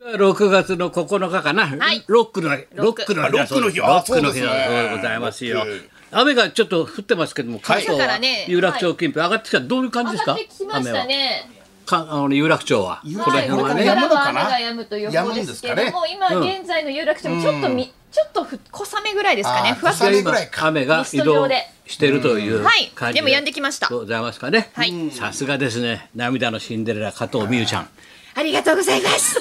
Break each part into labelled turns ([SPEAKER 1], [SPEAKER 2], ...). [SPEAKER 1] 6月の9日かな、
[SPEAKER 2] はい
[SPEAKER 1] ロックのロックの
[SPEAKER 2] あ
[SPEAKER 1] 日だそう
[SPEAKER 3] ロックの日あ
[SPEAKER 1] ロックの日
[SPEAKER 3] そうですね
[SPEAKER 1] でございますよ
[SPEAKER 3] ロック
[SPEAKER 1] 雨がちょっと降ってますけども関東
[SPEAKER 2] 朝か
[SPEAKER 1] は
[SPEAKER 2] らね
[SPEAKER 1] 有楽町近辺上がってきたどういう感じ
[SPEAKER 2] 上
[SPEAKER 1] ですか
[SPEAKER 2] がってきました
[SPEAKER 1] 雨は
[SPEAKER 2] ね。
[SPEAKER 1] かあの有楽町は
[SPEAKER 3] 有
[SPEAKER 1] こ
[SPEAKER 3] 楽
[SPEAKER 1] の
[SPEAKER 3] 町
[SPEAKER 2] は
[SPEAKER 1] 辺
[SPEAKER 2] い、こ
[SPEAKER 1] はね
[SPEAKER 2] れから
[SPEAKER 3] これやむのか
[SPEAKER 2] は
[SPEAKER 3] な
[SPEAKER 2] 雨が止むということですけども、今
[SPEAKER 1] うん
[SPEAKER 2] 現在の有楽町もちょっとみ、ちょっとふ小雨ぐらいですかね。
[SPEAKER 3] あー
[SPEAKER 2] ふわふ
[SPEAKER 3] 小
[SPEAKER 2] わ
[SPEAKER 3] 雨
[SPEAKER 2] です
[SPEAKER 3] ぐ。らいか
[SPEAKER 1] 雨が移動してるという
[SPEAKER 2] はい
[SPEAKER 1] 感じ
[SPEAKER 2] でも止んできました
[SPEAKER 1] ございますかね
[SPEAKER 2] はい
[SPEAKER 1] うんさすがですね涙のシンデレラ加藤美優ちゃん
[SPEAKER 2] ありがとうございます。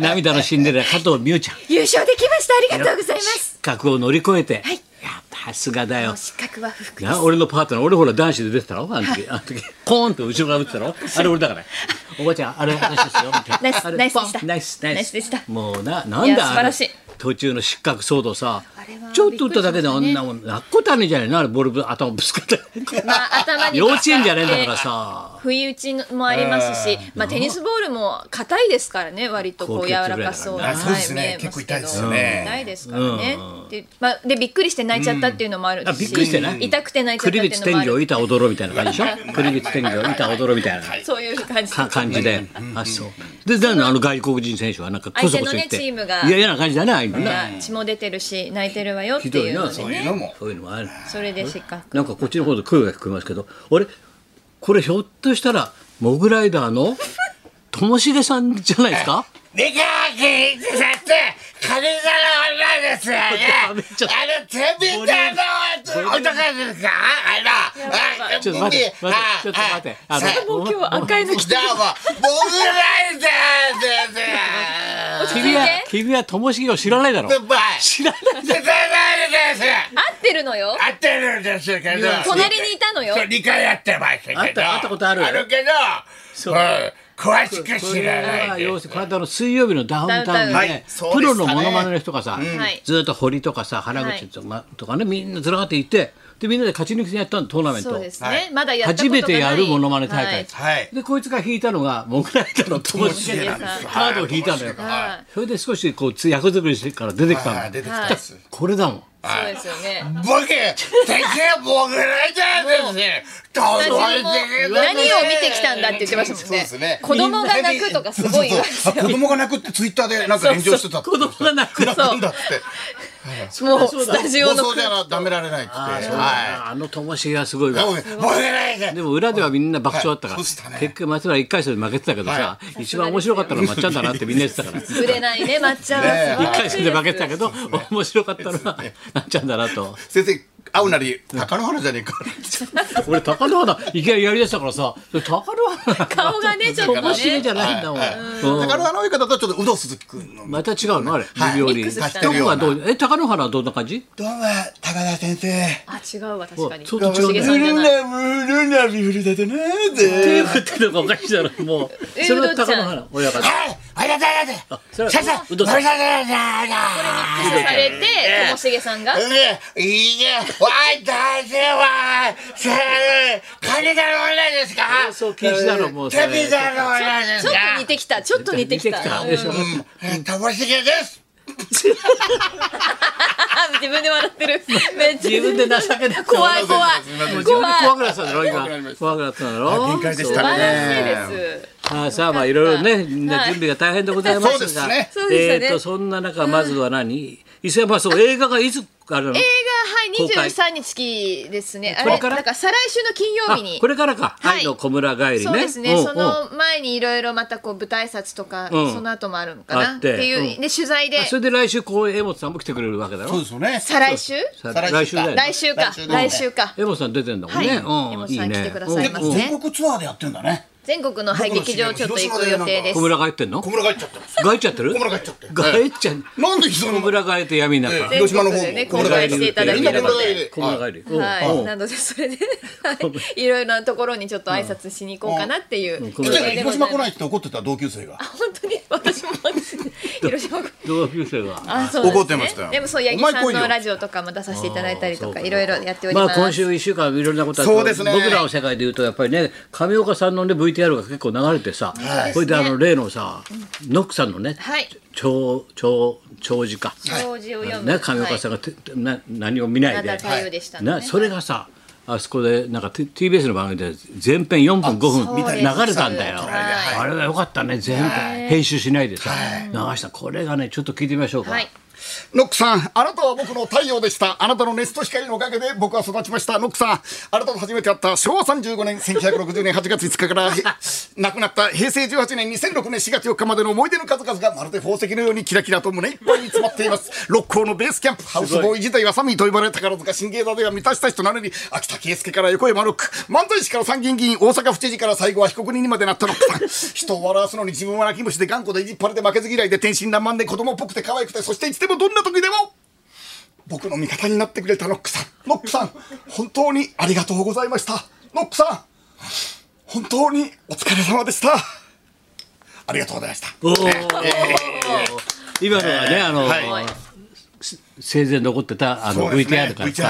[SPEAKER 1] 涙のシンデレラ加藤美優ちゃん
[SPEAKER 2] 優勝できました。ありがとうございます。
[SPEAKER 1] 失格を乗り越えて
[SPEAKER 2] はい
[SPEAKER 1] やさすがだよ
[SPEAKER 2] もう失格は不服
[SPEAKER 1] い
[SPEAKER 2] です。
[SPEAKER 1] や俺のパートナー俺ほら男子で出てたろあの時あの時コーンと後ろから打ってたろあれ俺だからおばちゃんあれ私ですよみたいな
[SPEAKER 2] ナイス
[SPEAKER 1] あれ
[SPEAKER 2] ナイスでし
[SPEAKER 1] ポ
[SPEAKER 2] た
[SPEAKER 1] ンナイスナイス
[SPEAKER 2] ナイスでした
[SPEAKER 1] もうななんだ
[SPEAKER 2] いや素晴
[SPEAKER 1] あれ
[SPEAKER 2] らしい
[SPEAKER 1] 途中の失格騒動さ
[SPEAKER 2] あれは
[SPEAKER 1] ちょっと打っただけで
[SPEAKER 2] びっ
[SPEAKER 1] あ
[SPEAKER 2] くり
[SPEAKER 1] ん
[SPEAKER 2] しま
[SPEAKER 1] なもん泣くことあんねえじゃねえなあれボールぶ頭ぶつかって
[SPEAKER 2] まあ頭に
[SPEAKER 1] 幼稚園じゃねえんだからさ
[SPEAKER 2] 不意打ちもありますし、まあテニスボールも硬いですからね、割とこ
[SPEAKER 1] 高
[SPEAKER 2] う
[SPEAKER 1] 血
[SPEAKER 2] 柔
[SPEAKER 1] 圧
[SPEAKER 2] らかそう
[SPEAKER 1] ぐ
[SPEAKER 2] に
[SPEAKER 1] ら
[SPEAKER 3] いだからねあそうですね結構痛いですよね
[SPEAKER 2] 痛いですからね。で、まあでびっくりして泣いちゃったっていうのもあるし、
[SPEAKER 1] あびっくりしてない
[SPEAKER 2] 痛くて泣いちゃったって
[SPEAKER 1] 栗
[SPEAKER 2] い
[SPEAKER 1] 口
[SPEAKER 2] うの
[SPEAKER 1] 天
[SPEAKER 2] もあ
[SPEAKER 1] 井
[SPEAKER 2] る。
[SPEAKER 1] 板踊ろみたいな感じでしょ栗口天井板踊ろみたいな
[SPEAKER 2] そういう感じ。
[SPEAKER 1] か感じで、あそうでだのあの外国人選手はなんかこそこそ言って
[SPEAKER 2] 相手のねチームが
[SPEAKER 1] いや嫌な感じだねああいうのね
[SPEAKER 2] が血も出てるし泣いてるわよっていうの
[SPEAKER 1] ひ
[SPEAKER 2] で
[SPEAKER 1] ど
[SPEAKER 3] そういうのも
[SPEAKER 1] そういうのもある
[SPEAKER 2] それで失格
[SPEAKER 1] なんかこっちの方で声が聞こえますけど、あれこれひょっとしたらモグライダーのともしげさんじゃないですか？
[SPEAKER 3] でかーき一さんって金沢女ですよねあの
[SPEAKER 1] ちょっと
[SPEAKER 3] 天秤座の男ですかあの
[SPEAKER 1] ちょっと待って、待って、ちょっと待って、あの
[SPEAKER 2] もう今日赤いの着て
[SPEAKER 3] どうも僕ライダーで
[SPEAKER 2] 落
[SPEAKER 3] す
[SPEAKER 2] ち着い
[SPEAKER 1] 君
[SPEAKER 2] て
[SPEAKER 1] は君はともしげを知らないだろ。
[SPEAKER 3] 先輩
[SPEAKER 1] 知らない。
[SPEAKER 3] 知らないです
[SPEAKER 2] 合ってるのよ
[SPEAKER 3] 合ってるんですけど
[SPEAKER 2] 隣にいたのよ
[SPEAKER 3] そう二回やってましたけど
[SPEAKER 1] 会った会ったことある
[SPEAKER 3] あるけど
[SPEAKER 1] そう
[SPEAKER 3] うん詳しく知ら
[SPEAKER 1] これ
[SPEAKER 3] な
[SPEAKER 1] はい要
[SPEAKER 3] です
[SPEAKER 1] るにこの間の水曜日のダウンタウン
[SPEAKER 2] ダウンタウン
[SPEAKER 1] で、
[SPEAKER 3] はい
[SPEAKER 1] ね
[SPEAKER 3] そう
[SPEAKER 1] プ
[SPEAKER 3] でした
[SPEAKER 1] ロ
[SPEAKER 3] ね
[SPEAKER 1] のモノマネの人がさ、
[SPEAKER 2] はい
[SPEAKER 1] ずっと堀とかさ原口とか,、とかねみんなずらーっていてでみんなで勝ち抜き戦やったのトーナメント
[SPEAKER 2] そうです
[SPEAKER 3] は
[SPEAKER 2] ね
[SPEAKER 3] い
[SPEAKER 2] まだやった
[SPEAKER 1] 初
[SPEAKER 2] ことがな
[SPEAKER 1] め
[SPEAKER 2] い
[SPEAKER 1] てやるモノマネ大会、
[SPEAKER 2] はい
[SPEAKER 3] はい
[SPEAKER 1] でこいつが引いたのがモグライダーのともしげ
[SPEAKER 2] ともしげです
[SPEAKER 1] カードを引いたのよ、
[SPEAKER 2] はい
[SPEAKER 1] それで少しこうつ役作りしてから出てきたの、
[SPEAKER 3] はい出てきたんです
[SPEAKER 1] これだもん
[SPEAKER 2] そうですよね
[SPEAKER 3] 僕敵は僕らじゃないですどう
[SPEAKER 2] 私
[SPEAKER 3] ぞ
[SPEAKER 2] も何を見てきたんだって言ってましたもんね
[SPEAKER 3] そうですね
[SPEAKER 2] 子供が泣くとかすごい言われて
[SPEAKER 3] そうそう子供が泣くってツイッターでなんか炎上してたって
[SPEAKER 1] 子供が泣く
[SPEAKER 3] 泣くんだって
[SPEAKER 2] もうスタジオ
[SPEAKER 3] 放
[SPEAKER 2] の
[SPEAKER 3] 送じゃダメられないっては
[SPEAKER 1] あのともしげはすごい
[SPEAKER 3] い
[SPEAKER 1] わ
[SPEAKER 3] 僕らじゃ
[SPEAKER 1] でも裏ではみんな爆笑だったから、
[SPEAKER 3] はいそうでしたね
[SPEAKER 1] 結局松原一回戦で負けてたけどさ、一番面白かったのはまっちゃんだなってみんな言ってた から
[SPEAKER 2] ぶれないね抹茶は素
[SPEAKER 1] 一
[SPEAKER 2] 晴らしい
[SPEAKER 1] 回戦で負けてたけど、面白かったのはなっちゃんだなと。
[SPEAKER 3] 先生会うなり高野原じゃねえか
[SPEAKER 1] 俺、高野花、いきなりやりだしたからさ、高野花、
[SPEAKER 2] 顔がねちょっとね
[SPEAKER 1] 面白いじゃないんだもん。
[SPEAKER 3] 高野原の言い方とちょっと有働鈴木君の
[SPEAKER 1] また違うのあれ、
[SPEAKER 3] はい
[SPEAKER 1] 微妙に。
[SPEAKER 2] ミックスした
[SPEAKER 1] どこはどう、え、高野花はどんな感じ
[SPEAKER 3] どうも高田先生
[SPEAKER 2] あ違うわ確かに
[SPEAKER 1] ちょっ
[SPEAKER 2] と
[SPEAKER 1] と
[SPEAKER 2] もしげさんじゃない
[SPEAKER 3] なルルナビフルだとな ー
[SPEAKER 1] 手
[SPEAKER 3] ぜ
[SPEAKER 1] 振ってるのがおかしいだろ、もう。それは高野花、親方。
[SPEAKER 3] はいありがとうございます先生
[SPEAKER 1] うどさん
[SPEAKER 3] ごめんなさいごめんなさい
[SPEAKER 2] キスされてともしげさんが
[SPEAKER 3] うんいいねわい大勢はせー金だろうなんですか
[SPEAKER 1] 放送禁止だろもうそれ
[SPEAKER 3] テビだろうなんです
[SPEAKER 2] ちょ
[SPEAKER 3] か
[SPEAKER 2] っと似てきたちょっと似てきた
[SPEAKER 1] 似
[SPEAKER 2] うん
[SPEAKER 1] でしょ
[SPEAKER 3] うんともしげです
[SPEAKER 2] あ自分で笑ってるめっちゃ
[SPEAKER 1] 自分で情けなく
[SPEAKER 2] 怖い怖い
[SPEAKER 1] もう自分で
[SPEAKER 2] 怖い
[SPEAKER 1] 怖くなったんだろ今怖くなったんだろ
[SPEAKER 3] 限界でし
[SPEAKER 2] 素
[SPEAKER 3] た
[SPEAKER 2] 晴
[SPEAKER 3] ね
[SPEAKER 2] らしいです
[SPEAKER 1] ああさあまあいろいろねみんな
[SPEAKER 2] はい
[SPEAKER 1] 準備が大変でございますが、
[SPEAKER 3] そうですね
[SPEAKER 2] そうでしたね
[SPEAKER 1] えーとそんな中まずは何、伊勢山そう映画がいつあるの、
[SPEAKER 2] 映画はい23日期ですねあ
[SPEAKER 1] これ
[SPEAKER 2] れ
[SPEAKER 1] から
[SPEAKER 2] なんか再来週の金曜日に
[SPEAKER 1] あこれからか、
[SPEAKER 2] はい
[SPEAKER 1] 愛の小村帰りね
[SPEAKER 2] そうですね、
[SPEAKER 1] ん
[SPEAKER 2] その前にいろいろまたこう舞台挨拶とか、
[SPEAKER 1] うん
[SPEAKER 2] その後もあるのか
[SPEAKER 1] あ
[SPEAKER 2] な
[SPEAKER 1] っ
[SPEAKER 2] ってていう、
[SPEAKER 1] うん
[SPEAKER 2] で取材で
[SPEAKER 1] あそれで来週こう江本さんも来てくれるわけだろ
[SPEAKER 3] ですよね
[SPEAKER 2] 再来週
[SPEAKER 1] さ
[SPEAKER 3] 再
[SPEAKER 1] 来
[SPEAKER 3] 来
[SPEAKER 1] 週
[SPEAKER 3] 週
[SPEAKER 1] だ
[SPEAKER 3] か
[SPEAKER 1] よね
[SPEAKER 2] 来週か
[SPEAKER 3] 来週ですね
[SPEAKER 2] 来週か
[SPEAKER 1] 江本さん出てんだもんね、
[SPEAKER 2] はい
[SPEAKER 1] うん
[SPEAKER 2] 江本さん
[SPEAKER 1] いいね
[SPEAKER 2] 来てくださいます
[SPEAKER 1] うんうん
[SPEAKER 2] ね
[SPEAKER 3] 全国ツアーでやってんだね
[SPEAKER 2] 全国のはい劇場ちょっと行く予定です
[SPEAKER 1] 小村帰ってんの
[SPEAKER 3] 小村帰っちゃってます
[SPEAKER 1] 帰っちゃってる
[SPEAKER 3] 小村帰っちゃってる
[SPEAKER 1] 帰っちゃう
[SPEAKER 3] なんでそ
[SPEAKER 1] 小
[SPEAKER 3] の
[SPEAKER 1] 村帰って闇の中、
[SPEAKER 3] ええ広島の方も
[SPEAKER 2] 全国でね
[SPEAKER 3] 小
[SPEAKER 2] 公
[SPEAKER 3] 村
[SPEAKER 2] 開
[SPEAKER 3] 帰り
[SPEAKER 2] していただ
[SPEAKER 1] み
[SPEAKER 2] け
[SPEAKER 1] ん
[SPEAKER 2] れ
[SPEAKER 1] な
[SPEAKER 2] ば
[SPEAKER 1] 小村
[SPEAKER 2] と
[SPEAKER 3] み
[SPEAKER 1] 帰
[SPEAKER 3] んな
[SPEAKER 1] り小村帰り、うん
[SPEAKER 2] は
[SPEAKER 1] う
[SPEAKER 2] い、
[SPEAKER 1] ん
[SPEAKER 2] なのでそれではいいろいろなところにちょっと挨拶しに行こうかなっていう、
[SPEAKER 1] ん
[SPEAKER 2] 予
[SPEAKER 1] 小村
[SPEAKER 2] 定でご
[SPEAKER 3] 広
[SPEAKER 2] ざいま
[SPEAKER 3] 島来
[SPEAKER 2] す
[SPEAKER 3] ないって怒ってた同級生が
[SPEAKER 2] 本当に私も広島来
[SPEAKER 1] 同級生が
[SPEAKER 2] あそうなんです
[SPEAKER 3] 怒ってましたよ
[SPEAKER 2] でもそう八木
[SPEAKER 3] お前
[SPEAKER 2] さ
[SPEAKER 3] 来
[SPEAKER 2] ん
[SPEAKER 3] いよ
[SPEAKER 2] のラジオとかも出させていただいたりとかいろいろやっており
[SPEAKER 1] ま
[SPEAKER 2] ま
[SPEAKER 1] あ
[SPEAKER 2] す。
[SPEAKER 1] 今週一週間いろんなことあ
[SPEAKER 3] そうですね
[SPEAKER 1] 僕らの世界で言うとやっぱりね上岡さんのね VTR が結構流れてさ、
[SPEAKER 2] い
[SPEAKER 1] これであの例のさ、ノックさんのね、
[SPEAKER 2] はい
[SPEAKER 1] 長長長寿か、
[SPEAKER 2] 障子を読む、
[SPEAKER 1] ね上岡さんがて、な何を見ないで
[SPEAKER 2] なだ太陽でしたね
[SPEAKER 1] なそれがさあそこでなんか T- TBS の番組で前編4分5分
[SPEAKER 2] そうです
[SPEAKER 1] 流れたんだよ、
[SPEAKER 2] はい
[SPEAKER 1] あれはよかったね全編、編集しないでさ、流したこれがねちょっと聞いてみましょうか、
[SPEAKER 2] はい。
[SPEAKER 3] ノックさん、あなたは僕の太陽でした。あなたの熱と光のおかげで僕は育ちました。ノックさん、あなたと初めて会った昭和35年1960年8月5日からへ 亡くなった平成18年2006年4月4日までの思い出の数々がまるで宝石のようにキラキラと胸いっぱいに詰まっています。六甲のベースキャンプ、ハウスボーイ時代はサミーと呼ばれ宝塚新芸座では満たした人なのに、秋田圭介から横山ロック、漫才師から参議院議員、大阪府知事から最後は被告人にまでなったノックさん。人を笑わすのに自分は泣き虫で頑固でいじっぱれで負けず嫌いで天真爛漫で子供っぽくて可愛くて、そしていつでもどんな時でも、僕の味方になってくれたノックさん。ノックさん、本当にありがとうございました。ノックさん、本当にお疲れ様でした。ありがとうございました。
[SPEAKER 1] おー今のはね、あの、
[SPEAKER 3] はい
[SPEAKER 1] 生前残ってたあの
[SPEAKER 3] そうです
[SPEAKER 1] VTR
[SPEAKER 3] ね
[SPEAKER 1] から、
[SPEAKER 3] VTR
[SPEAKER 2] ですね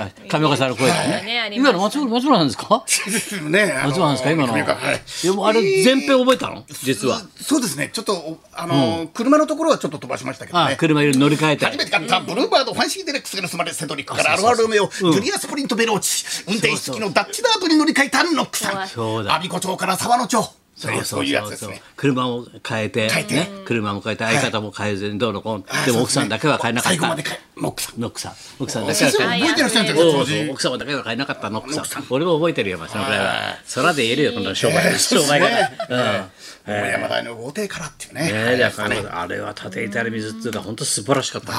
[SPEAKER 1] はい上岡さんの声がね、
[SPEAKER 2] はいねありま
[SPEAKER 1] 今
[SPEAKER 2] した
[SPEAKER 1] の松村松村なんですか
[SPEAKER 3] ですよ ね。あの
[SPEAKER 1] 松村なんですか今の、
[SPEAKER 3] というかはい
[SPEAKER 1] いやもうあれ全編覚えたの実は、
[SPEAKER 3] そうですね。ちょっとおあの、車のところはちょっと飛ばしましたけど
[SPEAKER 1] あ
[SPEAKER 3] ね。
[SPEAKER 1] 車いる乗り換えて
[SPEAKER 3] 初めて買ったブルーバード、ファンシーデレックスが盗まれ、セドリックからアルファロメオ、ジュニアスプリントベローチ、運転手付きのダッチダートに乗り換えたノックさん、
[SPEAKER 1] そうだ
[SPEAKER 3] 阿鼻子町から沢野町、
[SPEAKER 1] そう
[SPEAKER 3] そ
[SPEAKER 1] そうう
[SPEAKER 3] いうやつ
[SPEAKER 1] そう
[SPEAKER 3] です
[SPEAKER 1] そう
[SPEAKER 3] ね。
[SPEAKER 1] 車も変えて
[SPEAKER 3] 変えて
[SPEAKER 1] ね車も変えて相方も変えずにどうのこうのでも奥さんだけは変えなかった
[SPEAKER 3] 最後まで買え、ノックさん。
[SPEAKER 1] ノックさん奥さんだけ
[SPEAKER 3] 先
[SPEAKER 1] は変
[SPEAKER 3] 生
[SPEAKER 1] え
[SPEAKER 3] 覚えてらっしゃるんです
[SPEAKER 1] そうそう
[SPEAKER 3] よ、当
[SPEAKER 1] そう
[SPEAKER 3] 時。
[SPEAKER 1] 奥様だけは買えなかったノックさん俺も覚えてるよ、まあ、そのくらいは空で言えるよこの商売、商売が、うん
[SPEAKER 3] 森山大の豪邸からっていうね。
[SPEAKER 1] ねえだからあれは縦板の水っていうのは本当素晴らしかったね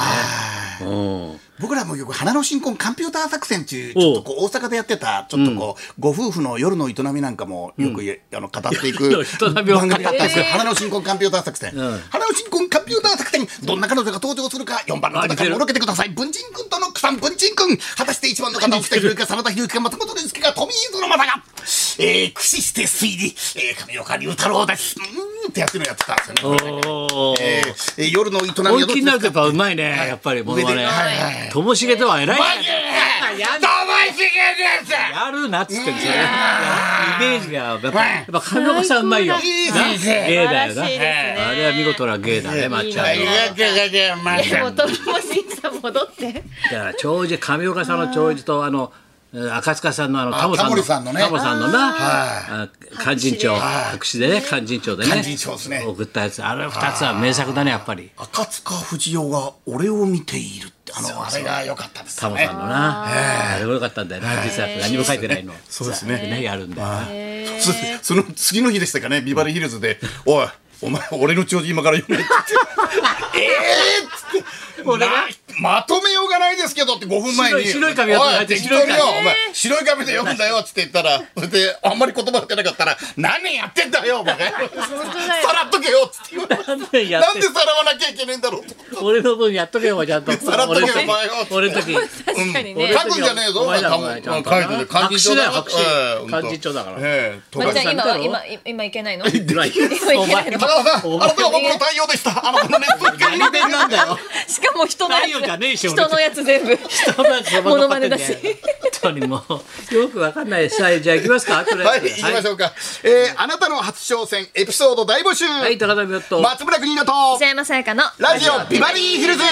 [SPEAKER 1] うん
[SPEAKER 3] 僕らもよく花の新婚カンピューター作戦中、ちょっとこう大阪でやってた、ちょっとこう、ご夫婦の夜の営みなんかもよくえ、あの語っていく
[SPEAKER 1] 夜の営みを
[SPEAKER 3] 番組だったんですけど、
[SPEAKER 2] えー
[SPEAKER 3] 花の新婚カンピューター作戦。花の新婚カンピューター作戦、どんな彼女が登場するか、4番の
[SPEAKER 1] あ
[SPEAKER 3] 方
[SPEAKER 1] 似
[SPEAKER 3] か
[SPEAKER 1] てる
[SPEAKER 3] らもろけてください。文人君とノックさん、文人君。果たして1番の方、沖田博之か、真田博之か、松本隆之か、富井園正が、えー、駆使して推理、えー、上岡龍太郎です。うーんってやってるのやってたんですよね。
[SPEAKER 1] おー
[SPEAKER 3] えーえー夜の営みをどっちか
[SPEAKER 1] 本気になるとやっぱうまいね、やっぱりものま
[SPEAKER 3] 上で
[SPEAKER 1] ね
[SPEAKER 3] はいはいはい
[SPEAKER 1] ともしげとは偉いね
[SPEAKER 4] マジで騙しすぎるやつ
[SPEAKER 1] やるなっつってんですよね。イメージがやっぱ、やっぱ神岡さんうまいよ。ない
[SPEAKER 2] い
[SPEAKER 1] 芸だよ
[SPEAKER 2] 素
[SPEAKER 1] な。
[SPEAKER 2] 晴らしいですね
[SPEAKER 1] あれは見事な芸だね、まっちゃん
[SPEAKER 4] あ
[SPEAKER 1] の
[SPEAKER 4] り。がとうございま
[SPEAKER 2] でも
[SPEAKER 4] す
[SPEAKER 2] ともしげさん戻って。
[SPEAKER 1] だから長寿上岡さんの長寿とあのうん赤塚さんのあのタモさん
[SPEAKER 3] タ
[SPEAKER 1] の
[SPEAKER 3] モリさんのね
[SPEAKER 1] タモさんのな
[SPEAKER 3] は
[SPEAKER 1] あ勧進帳白紙でね勧進帳でね
[SPEAKER 3] 勧進帳ですね
[SPEAKER 1] 送ったやつあれ二つは名作だねやっぱり
[SPEAKER 3] 赤塚不二夫が俺を見ているってあのあれが良かったです
[SPEAKER 1] タ
[SPEAKER 3] よ
[SPEAKER 1] モ
[SPEAKER 3] ね
[SPEAKER 1] さんのなあれもよかったんだよな実は何も書いてないの
[SPEAKER 3] そうですね
[SPEAKER 1] 実はやるんだよな
[SPEAKER 3] そうですその次の日でしたかねビバリーヒルズで「おいお前俺の長寿今から読め」って 言って「えー!」っつってなまとめようがないですけどって5分前に
[SPEAKER 1] 白い白い紙が
[SPEAKER 3] お
[SPEAKER 1] 入っ
[SPEAKER 3] い
[SPEAKER 1] て
[SPEAKER 3] 適当
[SPEAKER 1] 白
[SPEAKER 3] によ
[SPEAKER 1] い紙
[SPEAKER 3] お前白い紙で読んだよ」っつって言ったらそれであんまり言葉が出なかったら「何やってん だよお前さ
[SPEAKER 2] だよ
[SPEAKER 3] らっとけよ」っつって言われて
[SPEAKER 1] なんでやっ
[SPEAKER 3] なん
[SPEAKER 1] て
[SPEAKER 3] でさらわなきゃいけないんだろうと
[SPEAKER 1] 俺の分やっとけよお前ちゃんと
[SPEAKER 3] さらっとけよ
[SPEAKER 1] 俺の時
[SPEAKER 3] お前は
[SPEAKER 1] 俺 の時
[SPEAKER 2] 確かにね。
[SPEAKER 3] 書くんじゃねえぞ
[SPEAKER 1] お前だ
[SPEAKER 3] 多
[SPEAKER 1] お
[SPEAKER 3] 分
[SPEAKER 1] 前ちゃんと
[SPEAKER 3] 書いてる漢字帳だよ
[SPEAKER 1] 白紙だよ白紙
[SPEAKER 3] ええ本当
[SPEAKER 1] 漢字帳だから
[SPEAKER 3] ええと
[SPEAKER 2] ま
[SPEAKER 3] か
[SPEAKER 2] っちゃん今は
[SPEAKER 1] お前
[SPEAKER 2] 今い今いけないの？
[SPEAKER 1] 今
[SPEAKER 2] お前
[SPEAKER 3] 高田さん、あなたは僕の太陽でした。あなたの熱を光
[SPEAKER 1] 何弁なんだよ
[SPEAKER 2] しかも人のやつ
[SPEAKER 1] 太陽じゃねえし俺
[SPEAKER 2] 人のやつ全部 モノマネだし
[SPEAKER 1] 本当にもうよくわかんないさあじゃあ行きますかとりあ
[SPEAKER 3] は
[SPEAKER 1] え
[SPEAKER 3] い、
[SPEAKER 1] ず
[SPEAKER 3] 行きましょうか。えーあなたの初挑戦、エピソード大募集。
[SPEAKER 1] はい高田美代と
[SPEAKER 3] 松村邦洋と、
[SPEAKER 2] 北山さやかの
[SPEAKER 3] ラジオビバリーヒルズ。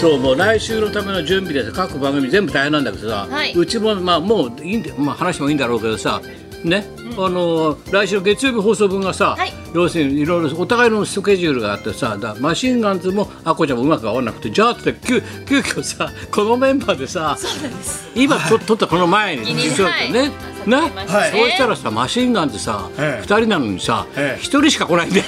[SPEAKER 1] そうもう来週のための準備でさ各番組全部大変なんだけどさ、
[SPEAKER 2] はいう
[SPEAKER 1] ちもまあもういいんで、まあ、話もいいんだろうけどさね、あのー来週の月曜日放送分がさ、
[SPEAKER 2] はい
[SPEAKER 1] 要するにいろいろお互いのスケジュールがあってさだマシンガンズもアッコちゃんもうまく合わなくてじゃあって急急遽さこのメンバーでさ今と撮ったこの前に
[SPEAKER 2] に
[SPEAKER 1] 実は
[SPEAKER 2] はい
[SPEAKER 1] ね、ね、
[SPEAKER 2] はいはい
[SPEAKER 1] そうしたらさマシンガンズさ、二
[SPEAKER 3] ええ
[SPEAKER 1] 人なのにさ、一
[SPEAKER 3] ええ
[SPEAKER 1] 人しか来ないん だよ。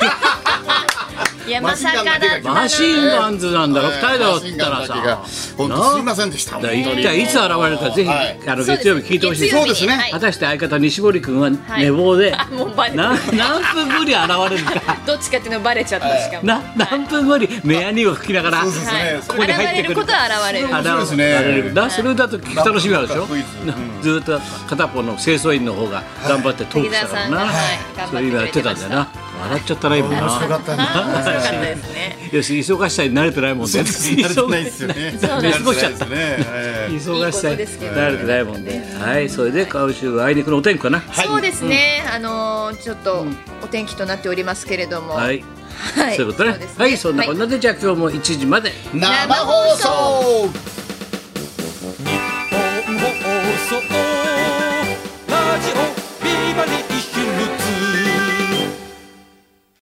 [SPEAKER 2] いやまさかだったな
[SPEAKER 1] マシンガンズなんだろ、
[SPEAKER 3] え
[SPEAKER 1] 二
[SPEAKER 3] ー
[SPEAKER 1] 人だろって言ったら
[SPEAKER 3] マシン
[SPEAKER 1] さ
[SPEAKER 3] ガンズだけが。本当すいませんでした。
[SPEAKER 1] だから
[SPEAKER 3] 本当
[SPEAKER 1] 一
[SPEAKER 3] に
[SPEAKER 1] 体いつ現れるかぜひ、
[SPEAKER 3] はい
[SPEAKER 1] あの月曜日聞いてほしい
[SPEAKER 2] そう
[SPEAKER 3] ですね
[SPEAKER 2] はい
[SPEAKER 1] 果たして相方西堀君は
[SPEAKER 2] い
[SPEAKER 1] 寝坊で、
[SPEAKER 2] あ もうバレてる
[SPEAKER 1] な何分後に現れるか
[SPEAKER 2] どっちかっていうのバレちゃったしかも
[SPEAKER 1] な何分後に目やにを吹きながら、
[SPEAKER 3] そうですね
[SPEAKER 2] はい
[SPEAKER 3] そ
[SPEAKER 1] こに入ってく
[SPEAKER 2] 現れ
[SPEAKER 1] る
[SPEAKER 2] ることは現れる
[SPEAKER 1] 現
[SPEAKER 3] 白いですね
[SPEAKER 1] れるなそれだと聞く楽しみあるでしょ、
[SPEAKER 3] なんかクイズ
[SPEAKER 1] なずーっと片方の清掃員の方が頑張ってトークしたからな、
[SPEAKER 2] はい
[SPEAKER 1] そういうのやってたんだよな
[SPEAKER 2] はい
[SPEAKER 1] 笑っちゃったな今
[SPEAKER 3] 面白か
[SPEAKER 1] な
[SPEAKER 3] った
[SPEAKER 2] あ
[SPEAKER 3] な
[SPEAKER 2] ー面白かったですね。
[SPEAKER 1] よし忙しさに慣れてないもんね
[SPEAKER 3] 慣れてないですよ
[SPEAKER 1] そ
[SPEAKER 3] ね
[SPEAKER 1] うです
[SPEAKER 3] 慣れて ないですねえ え
[SPEAKER 1] 忙しさに
[SPEAKER 2] いいことですけど
[SPEAKER 1] 慣れてないもんではいそれで今週はあいにくのお天気かな
[SPEAKER 2] そうですね。あのーちょっとお天気となっておりますけれども、
[SPEAKER 1] はい
[SPEAKER 2] は
[SPEAKER 1] そういうことね
[SPEAKER 2] です
[SPEAKER 1] はいそんなこんな
[SPEAKER 2] は
[SPEAKER 1] でじゃあ今日も1時まで
[SPEAKER 3] 生放送